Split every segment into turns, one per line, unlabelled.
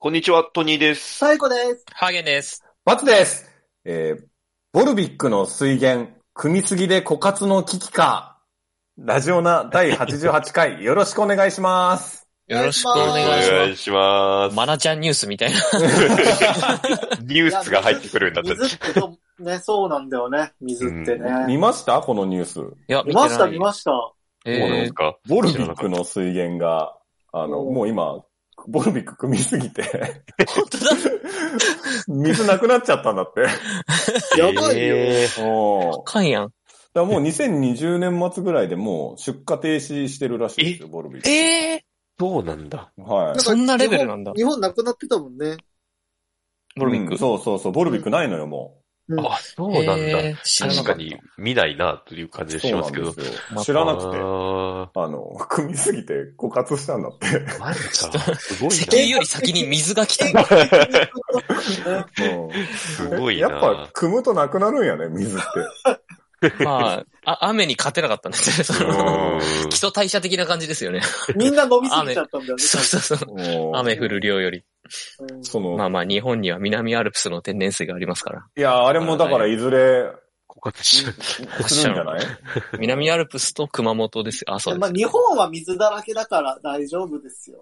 こんにちは、トニーです。
最後です。
ハーゲンです。
バツです。えー、ボルビックの水源、組みすぎで枯渇の危機か。ラジオナ第88回、 よろしくお願いします。
よろしくお願
お
いし
願
ま。
いしますす。
マナちゃんニュースみたいな。
ニュースが入ってくるんだって。
水ってどね、そうなんだよね。水って
見
ね。
ましたこのニュース。
いや、
見ました、見
見てない
ました。
そうなん
え
で
ー
すか
ボルビックの水源が、あの、
うん
もう今、ボルビック組みすぎて、
本当だ。
水なくなっちゃったんだって。
やばいよ。
えー
おー
あかんやん。
だからもう2020年末ぐらいでもう出荷停止してるらしいですよ、ボルビック。
ええ
そうなんだ。
は
か
い。
そんなレベルなんだ。
日本なくなってたもんね。
ボルビック。
うんそうそうそう、ボルビックないのよ、も
あ、そうなんだ。
えー知らな
確
か
か
った
に見ないな、という感じ
う。
がしますけど
そう。なんですよ。知らなくて。
あ
あの、組みすぎて枯渇したんだって。
ーマジか。すご
石油
い
より先に水が来た。
うん
な。すごい
やっぱ
な。
組むとなくなるんやね、水って。
まあ、あ、雨に勝てなかったんですね。その
う
基礎代謝的な感じですよね。
みんな飲みすぎちゃったんだよね。
そうそうそう。
う ん
雨降る量より。
うん
その、
まあまあ、日本には南アルプスの天然水があります から。
いや、あれもだからいずれ、
枯渇しちゃっ
するんじゃ ない
南アルプスと熊本ですよ。あ、そうで
まあ、
す。
日本は水だらけだから大丈夫ですよ。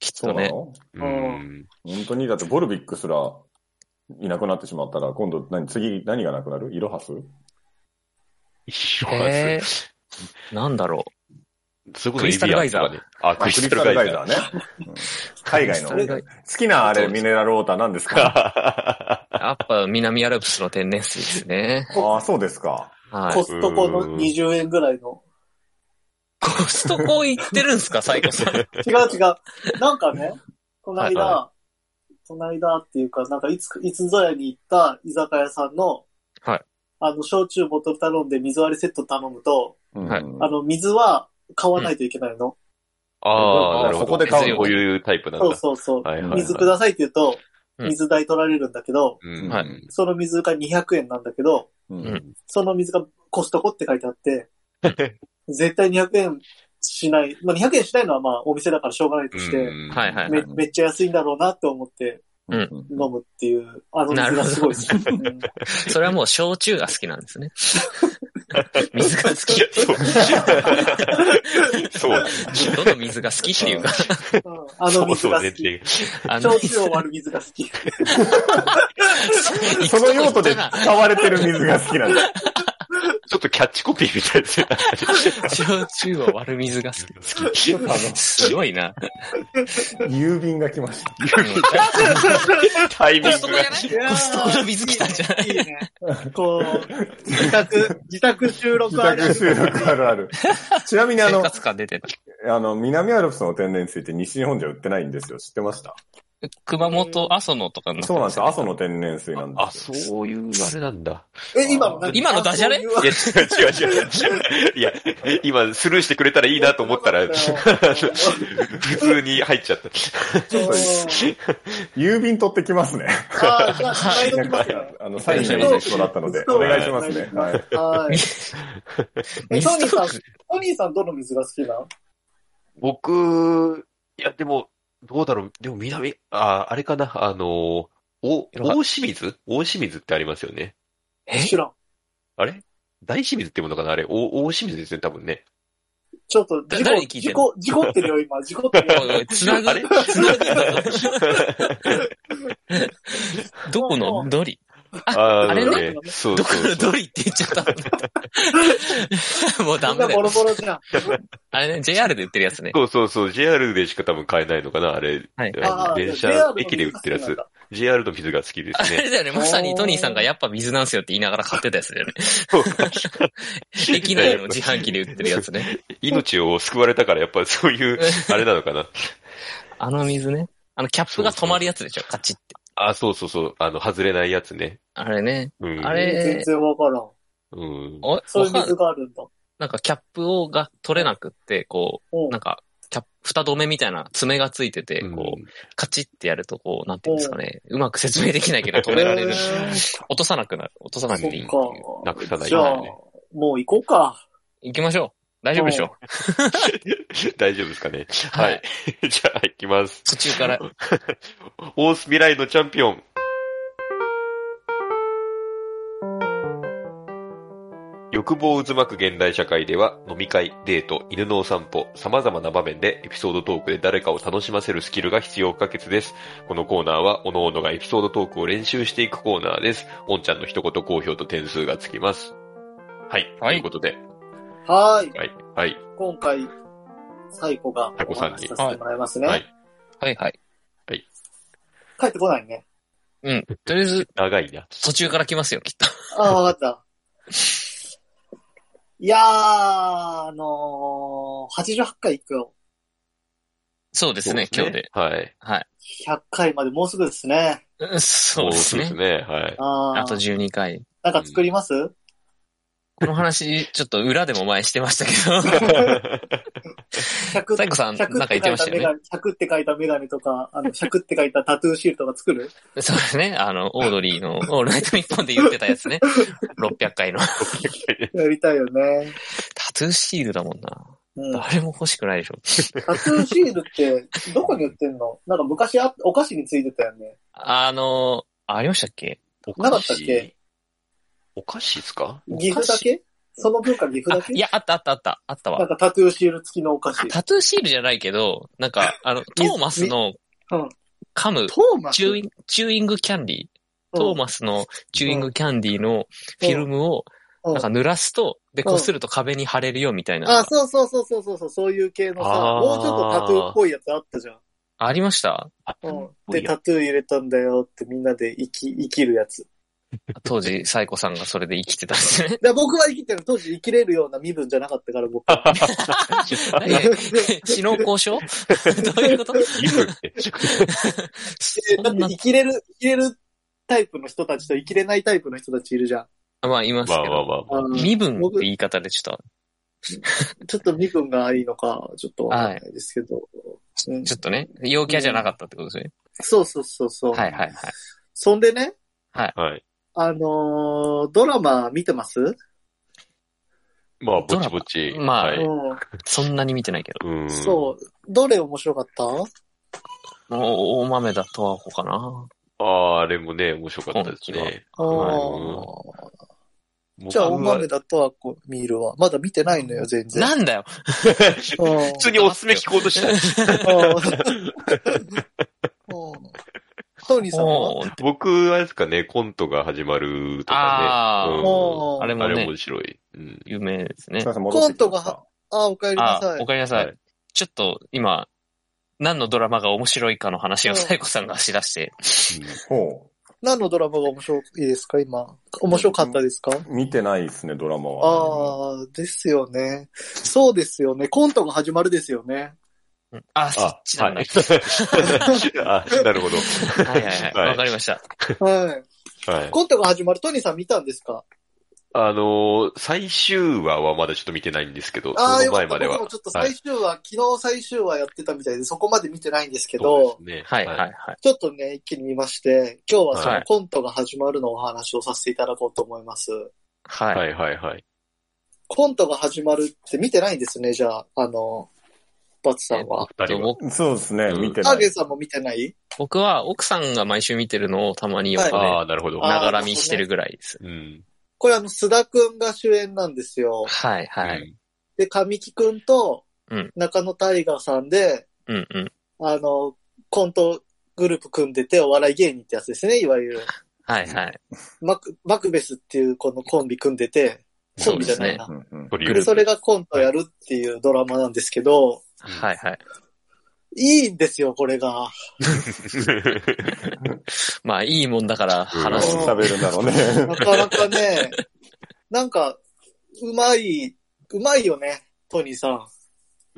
きっ
そう
と
な
ね。
の
た。うん。
本当に、だってボルビックすら、いなくなってしまったら、今度何、次何がなくなるイロハス
一緒なん
え
で
ーなんだろ
す。それこそ
クリスタルガイザー
エビアンとかね。あ、
あ
クリスタルガイザ
クリスタルガイザーね。うん海外の。
クリスタル
好きなあれ、ミネラルウォーター何で すか
う。やっぱ南アルプスの天然水ですね。
ああ、そうですか。
はい。
コストコ
うん
の20円ぐらいの。
コストコ行ってるんす か、サイコさん。
違う違う。なんかね、この間、
は
この間っていうか、なんかいつ、いつぞやに行った居酒屋さんの、
はい
あの、焼酎ボトル頼んで水割りセット頼むと、
うん
はい
あの、水は買わないといけないの。
ああ、なるほど。
そこで
買う
こういうタイプなんだ。
そうそうそう。
はいはいはい
水くださいって言うと、
うん
水代取られるんだけど、
うん
はい
その水が200円なんだけど、
うん
うん
その水がコストコって書いてあって、絶対200円しない。まあ、200円しないのはまあお店だからしょうがないとして、
うん
はいはい
めめっちゃ安いんだろうなって思って
うん
飲むっていう、あの水がすごいです。うん
それはもう焼酎が好きなんです ね。水が好
いや
き。
そう。そう。
どの水が好きっていうか、
うんあの水が好き。
ね。
あの、
焼酎を割る水が好き。
その用 途で使われてる水が好きなんだ。
ちょっとキャッチコピーみたいですね。
焼酎を割る水が好き。
好き。
あの
すごいな。
郵便が来ました。
タイミング
コストコじゃない
が。
コストコの水来たんじゃない
いいね。こう、自宅、自宅収録ある
自宅収録あるある。ちなみにあ
生
の、
活感出てる。
あの、南アルプスの天然水って西日本じゃ売ってないんですよ。知ってました
熊本、阿蘇のとかの。
そうなんですよ。阿蘇の天然水なん
あ、
ですよ。
そういうあれなんだ。
え、今の何
今のダジャレ
あそういう
いや、違う違う違う。いや、今スルーしてくれたらいいなと思った ら、普通に入っちゃった。
ちょっと
郵便取ってきますね。
あーじゃあ、繋い
な
どき
んか
ますね、
あの、サインが一緒だったので、お願いしますね。はい。
はい。え、
水
トニー
と
さん
か、
トニーさんどの水が好きなの
僕、いや、でも、どうだろう。でも南、あ、あれかな。あの、お、大清水大清水ってありますよね。
え
知らん。
あれ大清水ってものかなあれ、お大清水ですね、多分ね。
ちょっと、事
誰
故、
に聞い
事
てんの
故、事故ってるよ、今。事故ってる
おいお
よ。
いつなぐ
あれ
つなぐんだぞどこのドリ
あ
あれね
そう
どこ
そう
の
そう。
ドリって言っちゃった。 もうダ
みん
メ
なボ
だよ
ロ。ボロじゃん。
あれね、JR で売ってるやつね。
そうそうそう、JR でしか多分買えないのかな、あれ。
はい
あの
あー
電車
JR の、水
駅で売ってるや
好
つ
きなん。だ
JR の水が好きで
あ
すね。
れだよね、まさにトニーさんがやっぱ水なんすよって言いながら買ってたやつだよね。駅内の自販機で売ってるやつね。
命を救われたから、やっぱりそういう、あれなのかな。
あの水ね。あのキャップが止まるやつでしょ、カチって。
あ、そうそうそう、あの、外れないやつね。
あれね。
うん。
あれ
全然わからん。
うん。
お、
そういう
わか
水
ん
があるんだ。
なんかキャップをが取れなくって、こ
お
う、なんか、キャップ、蓋止めみたいな爪がついてて、こう、カチってやると、こう、なんていうんですかね。うまく説明できないけど止められる。落とさなくなる。落とさなくていいっていう。
そっか。
なくさない
じゃあ、もう行こうか。
行きましょう。大丈夫でしょ
大丈夫ですかね。はい。じゃあ、いきます。
途中から。
オース未来のチャンピオン。欲望渦巻く現代社会では、飲み会、デート、犬のお散歩、様々な場面でエピソードトークで誰かを楽しませるスキルが必要不可欠です。このコーナーは、各々がエピソードトークを練習していくコーナーです。おんちゃんの一言好評と点数がつきます。はい。
はい
ということで。
はーい。
はい。はい。
今回、サイコが
サイコ
お
さんに
話しさせてもらいますね。
はい。
はいはい。
帰ってこないね。
とりあえず、
長いな。
途中から来ますよ、きっと。
ああ、わかった。いやー、あのー、88回行くよ。
そうですね、
そう
今日で。。
はい。
100回までもうすぐですね。
うんそうです
そ
ね
う。ですね。はい。
あー
あと12回。
なんか作ります、
この話、ちょっと裏でも前してました けど。
100
サイコさん
100
なんか言ってましたよね
100って書いたメガネとか、あの、100って書いたタトゥーシールとか作る
そうですね。あの、オードリーの、オールナイトニッポンで言ってたやつね。600回の。
やりたいよね。
タトゥーシールだもんな。
うん。 タ
誰も欲しくないでしょ。
トゥーシールって、どこに売ってんのなんか昔あ、お菓子についてたよね。
あの、ありましたっけ
お
なかったっけ
お菓子ですか
岐阜だけその文化岐阜
あ
だけ
いや、あったあったあった。あった
なん
わ。
かタトゥーシール付きのお菓子。
タトゥーシールじゃないけど、なんか、あの、トーマスの
うん、
噛む、
トーマス
チューイン、チューイングキャンディー。トーマスのチューイングキャンディーのフィルムを、
うん
なんか濡らすと、で、
うん
こすると壁に貼れるよみたいな。
あ、そうそうそうそうそうそう、そういう系のさ、
あー
もうちょっとタトゥーっぽいやつあったじゃん。
ありま した
うん、
ぽ
で、
いや
タトゥー入れたんだよってみんなで生き、生きるやつ。
当時、サイコさんがそれで生きてたんですね。
で僕は生きてる、当時生きれるような身分じゃなかったから、僕。
何死の交渉 どういうこと
ギブって。
え だ
そ
っ
ん
て
な
生、きれる、生きれるタイプの人たちと生きれないタイプの人たちいるじゃん。
まあ、います
まあ
け
まあ
ど。
まあまあ。
あの
身分って言い方でちょっ
ちょっと身分がいいのか、ちょっとわかんないですけど。うん
と、ちょっとね、陽キャじゃなかったってことですね。
そうそうそうそう。
はいはいはい。
そんでね、
はい。
あのードラマ見てます、
まあ、ぼちぼち。
ドラマまあ
はい、
そんなに見てないけど。
う。
うんん。そう。どれ面白かった
お大豆だとはこかな。
う。ああ、あれもね、面白かったです
本
ね。
あ
は
ー
僕
じゃあ、大
は
豆だとはこう見るわ。まだ見てないのよ、全然。
なんだよ
普
うん
通におすすめ聞こうと した。
うんうんトニーさんは
おーって
僕はですかね、コントが始まるとか
あ
ね。
ー
うん
あー
あれも
あれ
ね
面、白い。うん。
有名ですね
すい。ません、戻ってきていいですか
コントあ、おかえりな
あ
さ、い
お。かえりなさ。
はい
ちょっと今、何のドラマが面白いかの話
う
を
ん
サイコさんがしだして、
ほ
何のドラマが面白いですか、今。面白かったですか、
う。見てないですね、ドラマは。あ。
ああ、ですよね。そうですよね。コントが始まるですよね。
うんあ、そっ
あ
ち、な
は
んだ。はい
い。 あ、なるほど。
はいはい。わ、かりました。
はい。
はい。
コントが始まる。トニーさん見たんですか
あのー最終話はまだちょっと見てないんですけど、
ああ、
その
よか
前
った。
まで
僕
は
も。ちょっと最終話、昨日最終話やってたみたいで、そこまで見てないんですけ
そ
ど
う、ですね。
はいはいはい。
ちょっとね、一気に見まして、今日はそ
は
の
い
コントが始まるのお話をさせていただこうと思います。
はい。
はいはいはい。
コントが始まるって見てないんですね、じゃあ、あの、バツさんは。
二人は
僕
そうですね、
うん
見て
タ
な
ーゲン
い。
さんも見てない
僕は奥さんが毎週見てるのをたまに横
あ
で、
あ、なるほど。
あ
ながら見してるぐらいです。
うん。
これあの、須田くんが主演なんですよ。
はいはい。
で、神木くんと
うん、
中野大河さんで、
うんうん。
あの、コントグループ組んでて、お笑い芸人ってやつですね、いわゆる。
はいはい。
マク、マクベスっていうこのコンビ組んでて、コンビじゃないな。
う
で
んうん
トリ
グ
オ
ループ
それがコントやるっていうドラマなんですけど、
うん
はいはい。
いいんですよ、これが。
まあいいもんだから
あ
話
そ
す
う。
喋るんだろうね。
なかなか ね、なんか、うまい、うまいよね、トニーさん。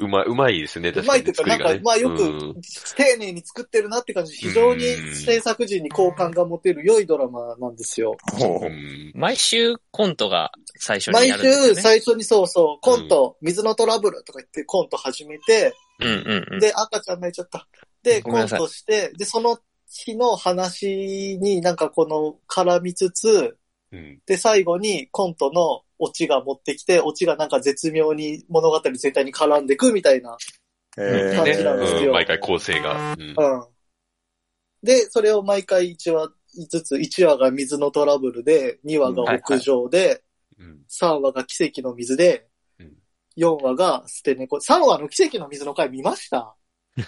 うまい、うまいですね、
う
確
ま
か
いっ
に
ていうか、
作
な
り
ん
が
か
ね。、
まあよ
うん
く、丁寧に作ってるなって感じ、非常に制作時に好感が持てる良いドラマなんですよ。
ほ
う
うん
毎週コントが最初に
毎
やるんです
週
よ、ね。
最初にそうそう、コント、水のトラブルとか言ってコント始めて、
うんうんうん。
で、赤ちゃん泣いちゃった。で、
ご
コン
めんなさい
トして、で、その日の話になんかこの絡みつつ、
うん。
で、最後にコントのオチが持ってきて、オチがなんか絶妙に物語全体に絡んでくみたいな。
え
ね、
感じなんですよ
うん毎回構成が。うん
うん。で、それを毎回1話ずつ、1話が水のトラブルで、2話が屋上で、
うん。
3話が奇跡の水で
うん、
4話が捨て猫。3話の奇跡の水の回見ました
見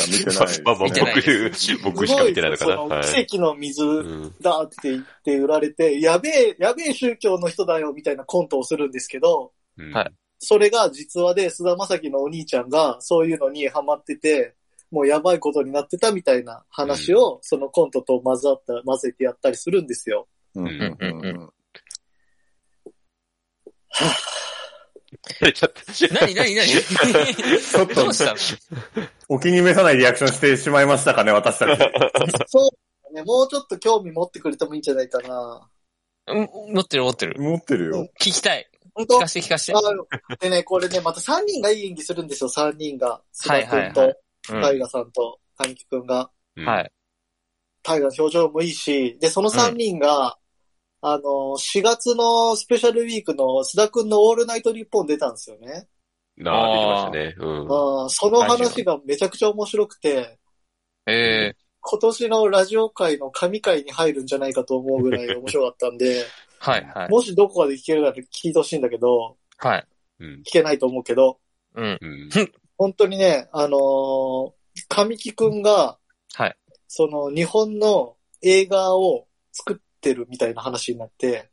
て
ま
ない
あまあまあ
見てないで
僕、僕しか見てないのかな。
すごい
は
です
い。
その奇跡の水
うん
だって言って売られて、やべえ、やべえ宗教の人だよみたいなコントをするんですけど、
うん
はい
それが実話で菅田将暉のお兄ちゃんがそういうのにハマってて、もうやばいことになってたみたいな話を、そのコントと混ざった、混ぜてやったりするんですよ。
うんうんうん
うんう
うん
ちょっと
何何何
ちょっ
どう
と、
したの
お気に召さないリアクションしてしまいましたかね、私 たち。
そうだね、もうちょっと興味持ってくれてもいいんじゃないかな。
うん持ってる持ってる。
持ってるよ。
聞きたい。
本
聞
当
かして聞かして。
あでね、これね、また3人がいい演技するんですよ、3人が。
は
菅
い
田
はいは
君
い
と、
うん
大河さんと、神木君が。
は。い。
タイガーの表情もいいし、で、その3人が、あの、4月のスペシャルウィークの須田くんのオールナイト日本出たんですよね。
うん なあ、出てましたね。うん。
あーその話がめちゃくちゃ面白くて、
ええ
今年のラジオ界の神回に入るんじゃないかと思うぐらい面白かったんで、
はいはい。
もしどこかで聞けるなら聞いてほしいんだけど、
はい。
うん。
聞けないと思うけど、
うん。
うん。
本当にね、あのー神木くんが、
はい
その日本の映画を作ってるみたいな話になって、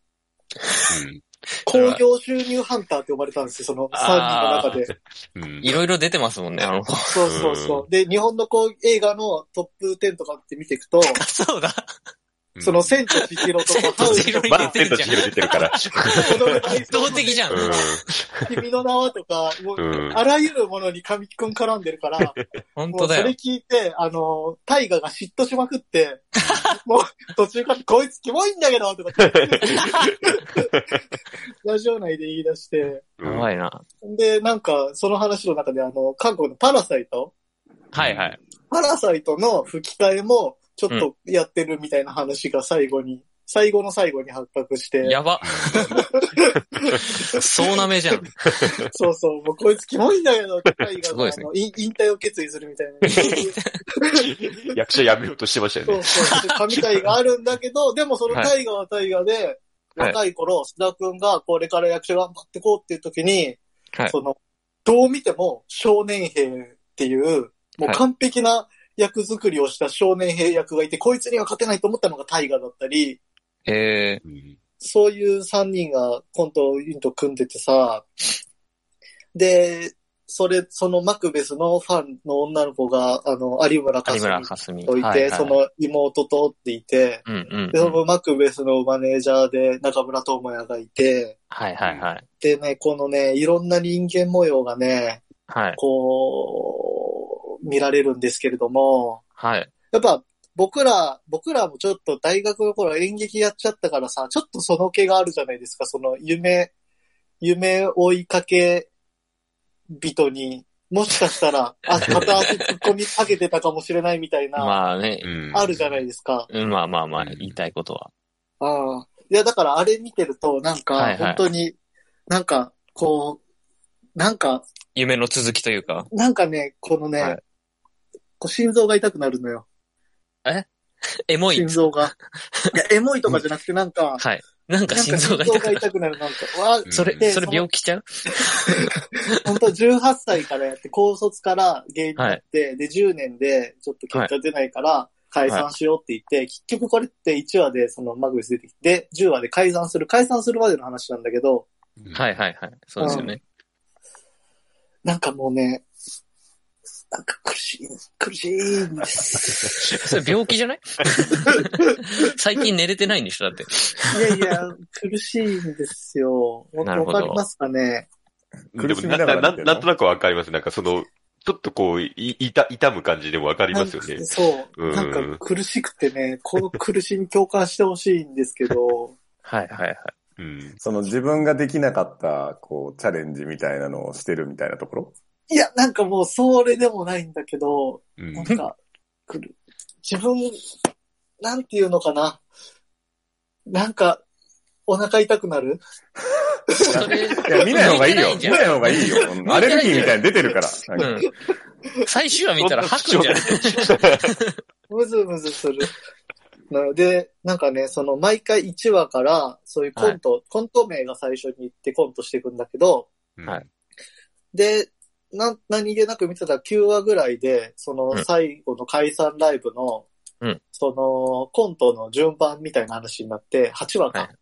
興行収入ハンターって呼ばれたんですよ、その3人の中で。
うん。
いろいろ出てますもんね、あの子。
そうそうそう。で、日本のこう映画のトップ10とかって見ていくと、
あ、そうだ。
うん
その、千と千尋 とか、ハウ
と
ル
千
と
尋
か、
まあ、千と千尋出てるから。
踊る大
圧倒的じゃん。
君の名はとか、もう、
うん。
あらゆるものに神木くん絡んでるから、
本
も
当
うそ
だ
れ
よ。
聞いて、あの、大河が嫉妬しまくって、 もう途中からこいつキモいんだけどとかって、ラジオ内で言い出して、
う
や
ん。
ばいな。
で、なんか、その話の中であの、韓国のパラサイト
はいはい。
パラサイトの吹き替えもちょっとやってるみたいな話が最後に、最後の最後に発覚して、
やば。 そうなめじゃん。
そうそう、もうこいつキモいんだけど、海
す
外
ご
が
いですね
あのい引退を決意するみたいな。
役者辞めようとしてましたよ
そ
ね
う。そう、神回があるんだけど、でもその大河は大河で、
はい
若い頃、須田くんがこれから役者頑張ってこうっていう時に、
はい
その、どう見ても少年兵っていう、もう完璧な役作りをした少年兵役がいて、こいつには勝てないと思ったのが大河だったり、
ええ
うん
そういう三人がコントユニット組んでてさ、で、それ、そのマクベスのファンの女の子が、あの、有村架
有村
純
架純。
といて、
はいはい
そ、の妹とっていて、
うんうん
で、
う
そ
ん。
のマクベスのマネージャーで中村智也がいて、
はいはいはい。
でね、このね、いろんな人間模様がね、
はい。
こう、見られるんですけれども、
はい。
やっぱ僕ら、僕らもちょっと大学の頃演劇やっちゃったからさ、ちょっとその気があるじゃないですか、その夢、夢追いかけ人に、もしかしたら、 あ、片足突っ込みかけてたかもしれないみたいな、
まあね
う、ん。
あるじゃないですか。
うんまあまあまあ、
うん
言いたいことは。
ああ。いや、だからあれ見てると、なん
はい
か
は、い
本当に、なんか、こう、なんか、
夢の続きというか。
なんかね、このね、
はい
こう心臓が痛くなるのよ。
エモい
心。臓が。いや、エモいとかじゃなくて、なんか、
はい。なんか
なん
心
か
臓
心
が
臓が
痛くなる。
痛くなる、なんか。わ
うん
それ、
で
それ
その
病気ちゃう
本当18歳からやって、高卒から芸人になって、で、10年でちょっと結果出ないから、解散しようって言って、結局これって1話でそのマグベス出てきて、10話で解散する、解散するまでの話なんだけど、
い。
はいはいはい。そうですよね。
なんかもうね、なんか苦しい、苦しいんです。
それ病気じゃない最近寝れてないんでしょだって。
いやいや、苦しいんですよ。わ
なるほど
わかりますかね
でもな、なななんとなくわかります。なんかその、ちょっとこう、い、いた、痛む感じでもわかりますよ
なん
ね
か。そう。
うん
なんか苦しくてね、この苦しみ共感してほしいんですけど、
はいはいはい。
うん。
その自分ができなかった、こう、チャレンジみたいなのをしてるみたいなところ
いや、なんかもうそれでもないんだけど、
うん
なんか、くる、自分、なんていうのかな。なんか、お腹痛くなる
それ、
いや、見ない方がいいよ。
向い
見
てな
ない方がいいよ。 アレルギーみたいに出てるから。
うん。最終話見たら吐くんじゃない
むずむずする。なので、なんかね、その毎回1話から、そういうコント、コント名が最初に言ってコントしていくんだけど、
はい
で、な、何気なく見てた9話ぐらいで、その
うん
最後の解散ライブの、
うん
そのコントの順番みたいな話になって、8話か。
はい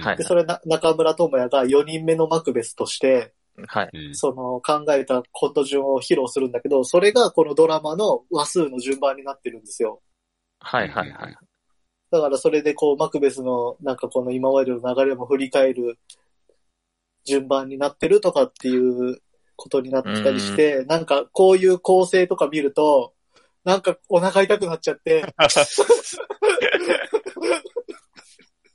はい
で、。それな中村智也が4人目のマクベスとして、
はい。
うん
その考えたコント順を披露するんだけど、それがこのドラマの話数の順番になってるんですよ。
はいはいはい。
だからそれでこう、マクベスの、なんかこの今までの流れも振り返る順番になってるとかっていうことになってたりして、なんかこういう構成とか見ると、なんかお腹痛くなっち ゃって、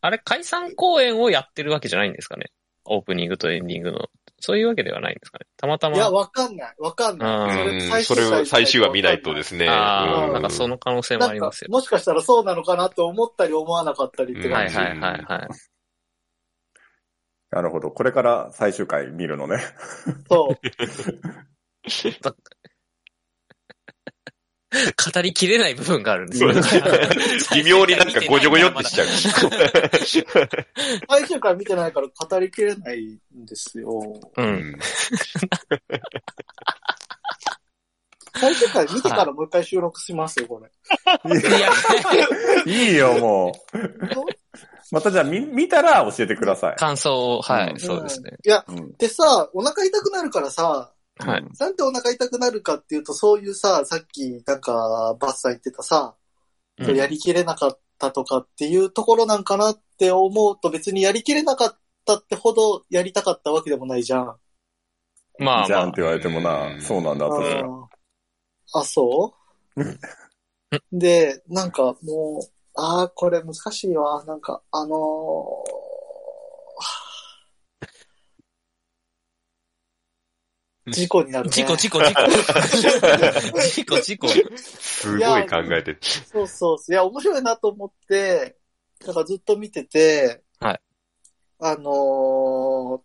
あれ、解散公演をやってるわけじゃないんですかねオープニングとエンディングの。そういうわけではないんですかねたまたま。
いや、わかんない、わかんない。
うんそれを最終話見ないとですすね。
ああ、
うん
なんかその可能性もありますよ。
もしかしたらそうなのかなって思ったり思わなかったりって
な
は
感
ん
い
か
じ。
はいはいはい。
なるほど。これから最終回見るのね。
そう。
語りきれない部分があるんです
そう
よ。
ですね微妙になんかごじょごじょってしちゃう。
最終回見てないから語りきれないんですよ。
う。
うんん
最終回見てからもう一回収録しますよ、これ。
いや、
いいよ、もう。 またじゃあ、み、見たら教えてください。
感想を、は
う
い、
ん
そうですね。
ん。いや、
うん。
でさ、お腹痛くなるからさ、
はい。
なんでお腹痛くなるかっていうと、そういうさ、さっき、なんか、バッサン言ってたさ、
うん
やりきれなかったとかっていうところなんかなって思うと、別にやりきれなかったってほどやりたかったわけでもないじゃん。あ
まあ
じ
ま
ゃんっ
あ
て、言われても
う
な、
ん
そうなんだと。
ーあ、そうで、なんかもう、ああ、これ難しいわ。なんか、あのーはあ事故になる、ね。
事故事故事故。事故事故。
すごい考えてる。
そうそうそう。いや、面白いなと思って、だからずっと見てて、
はい。
あの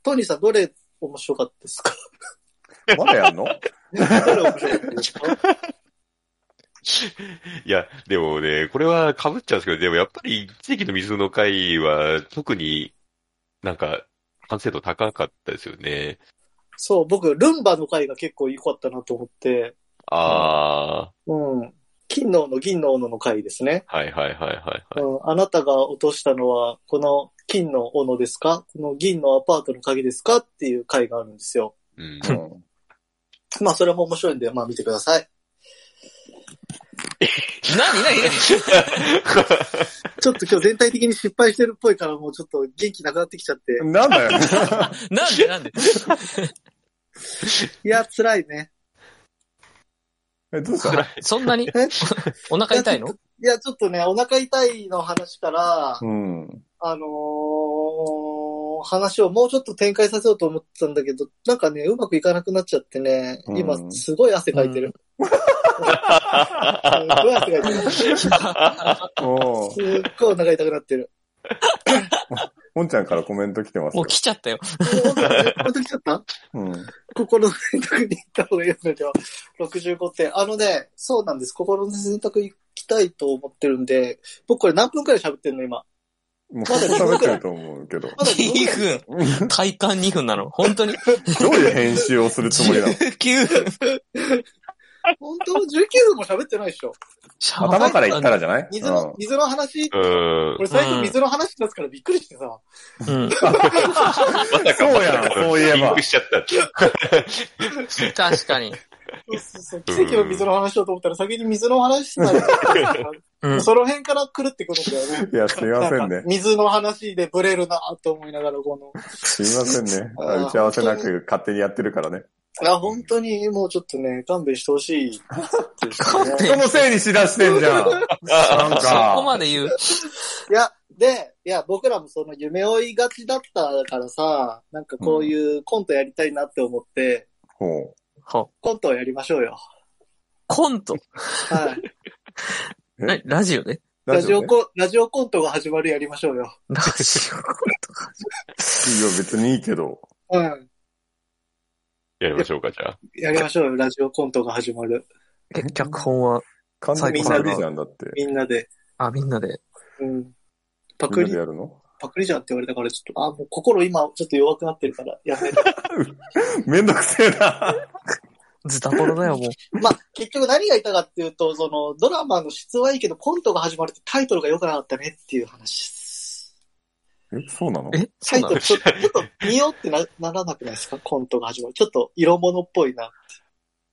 ー、トニーさんどれ面白かったです か
まだやんの
どれ面白かったですか
いや、でもね、これは被っちゃうんですけど、でもやっぱり一時期の水の会は特になんか完成度高かったですよね。
そう、僕、ルンバの回が結構良かったなと思って、
あ
うん。金の斧、銀の斧の回ですね。
あ、はいはいはいはい、はい。
うん。あなたが落としたのは、この金の斧ですかこの銀のアパートの鍵ですかっていう回があるんですよ。
うん
う。ん
まあ、それも面白いんで、まあ見てください。
何何何
ちょっと今日全体的に失敗してるっぽいから、もうちょっと元気なくなってきちゃって。
なん だよ。
なんでなんで
いや、辛いね。
え、どうした
そんなに
え
お腹痛いの
いや、ちょっとね、お腹痛いの話から、
うん。
あのー話をもうちょっと展開させようと思ってたんだけど、なんかね、うまくいかなくなっちゃってね、今
う、ん
すごい汗かいてる。すごい汗かいてる。す
お
っごいお腹痛くなって る。
おんちゃんからコメント来てます
も
よ
う。来ちゃったよ。
本当に来ちゃった
うん。
心の選択に行った方がいいのでは、65点。あのね、そうなんです。心の選択行きたいと思ってるんで、僕これ何分くらい喋ってんの今。
もうここ喋ってると思うけど。
まだ自分で
2分。体感2分なの。本当に。
どういう編集をするつも りなの
19分。
本当 ?19 分も喋ってないでしょ。
頭から言ったらじゃない
水の、水の話、
うん。
俺最初水の話出すからびっくりしてさ。
うん。
まさか
そうやんそういえば
リンクしちゃった。
確かに。
そうそうそう奇跡の水の話をと思ったら先に水の話した ら、
うん。
その辺から狂ってくるんだよね。
うんいや、すいませんね。
水の話でブレるなと思いながら、この。
すいませんね。
あー
打ち合わせなく勝手にやってるからね。
あ、本当にもうちょっとね、勘弁してほしい。
勘弁
人のせいにしだしてんじゃん。なん
そこま
か。
で言う。
いや、で、いや、僕らもその夢追いがちだったからさ、なんかこういうコントやりたいなって思って、
ほ
ほ
コントをやりましょうよ。
コント。
はい。
え
なラジオで
ラジオ
ね
コン、ラジオコントが始まるやりましょうよ。
ラジオコントか。
いいよ、別にいいけど。
うん。
やりましょうか、じゃあ。
やりましょうよ。ラジオコントが始まる。
え、脚本は、
完全に
最高だな
パクリじゃんだって。
みんなで。
あ、みんなで。
うん。パ
みん
ク
な
リ
で、やるの
パクリじゃんって言われたから、ちょっと、あ、もう心今ちょっと弱くなってるから、やめる。
めんどくせえな。
ズタボロだよ、もう。
まあ、結局何が言いたかっていうと、その、ドラマの質はいいけど、コントが始まるってタイトルが良くなかったねっていう話です。
え、そうなの
え、そ
タ
う
イ
な
ト
の
ル、ちょちょっと見ようってなならなくないですかコントが始まる。ちょっと色物っぽいな。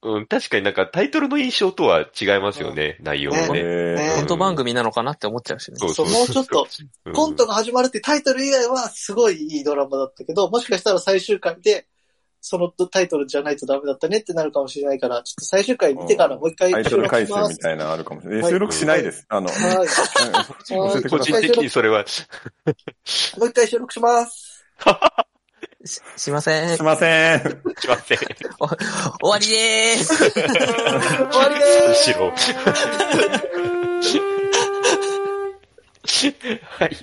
うん、確かになんかタイトルの印象とは違いますよね、内容もね。
え
ね
ー
コント番組なのかなって思っちゃうしね。
そう、もうちょっと、
うん
コントが始まるってタイトル以外はすごいいいドラマだったけど、もしかしたら最終回で、そのタイトルじゃないとダメだったねってなるかもしれないから、ちょっと最終回見てからもう一回
アイドル回
し
収
ま
み
す。
たいなのあるかもしれ
は
な。
いい
収録しないです。あの、
はい。
教えてく
個
だ
人
さい。
的にそれは、
もう一回収録し ます。
し、しません
すい。ません。
しません。
終わりでーす。
終わりで
後ろ。はい。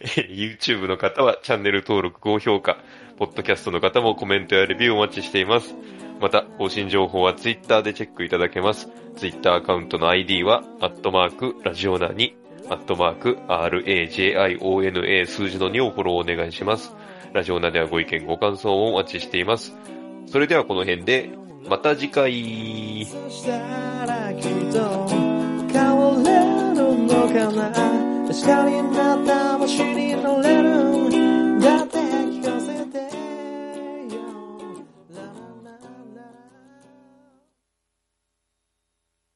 えー YouTube の方はチャンネル登録、高評価。ポッドキャストの方もコメントやレビューお待ちしています。また、更新情報は Twitter でチェックいただけます。Twitter アカウントの ID は、アットマーク、ラジオナに、アットマーク、RAJIONA 数字の2をフォローお願いします。ラジオナではご意見、ご感想をお待ちしています。それではこの辺で、また次回。
そしたらきっと変われるのかな確かになった星に乗れるだって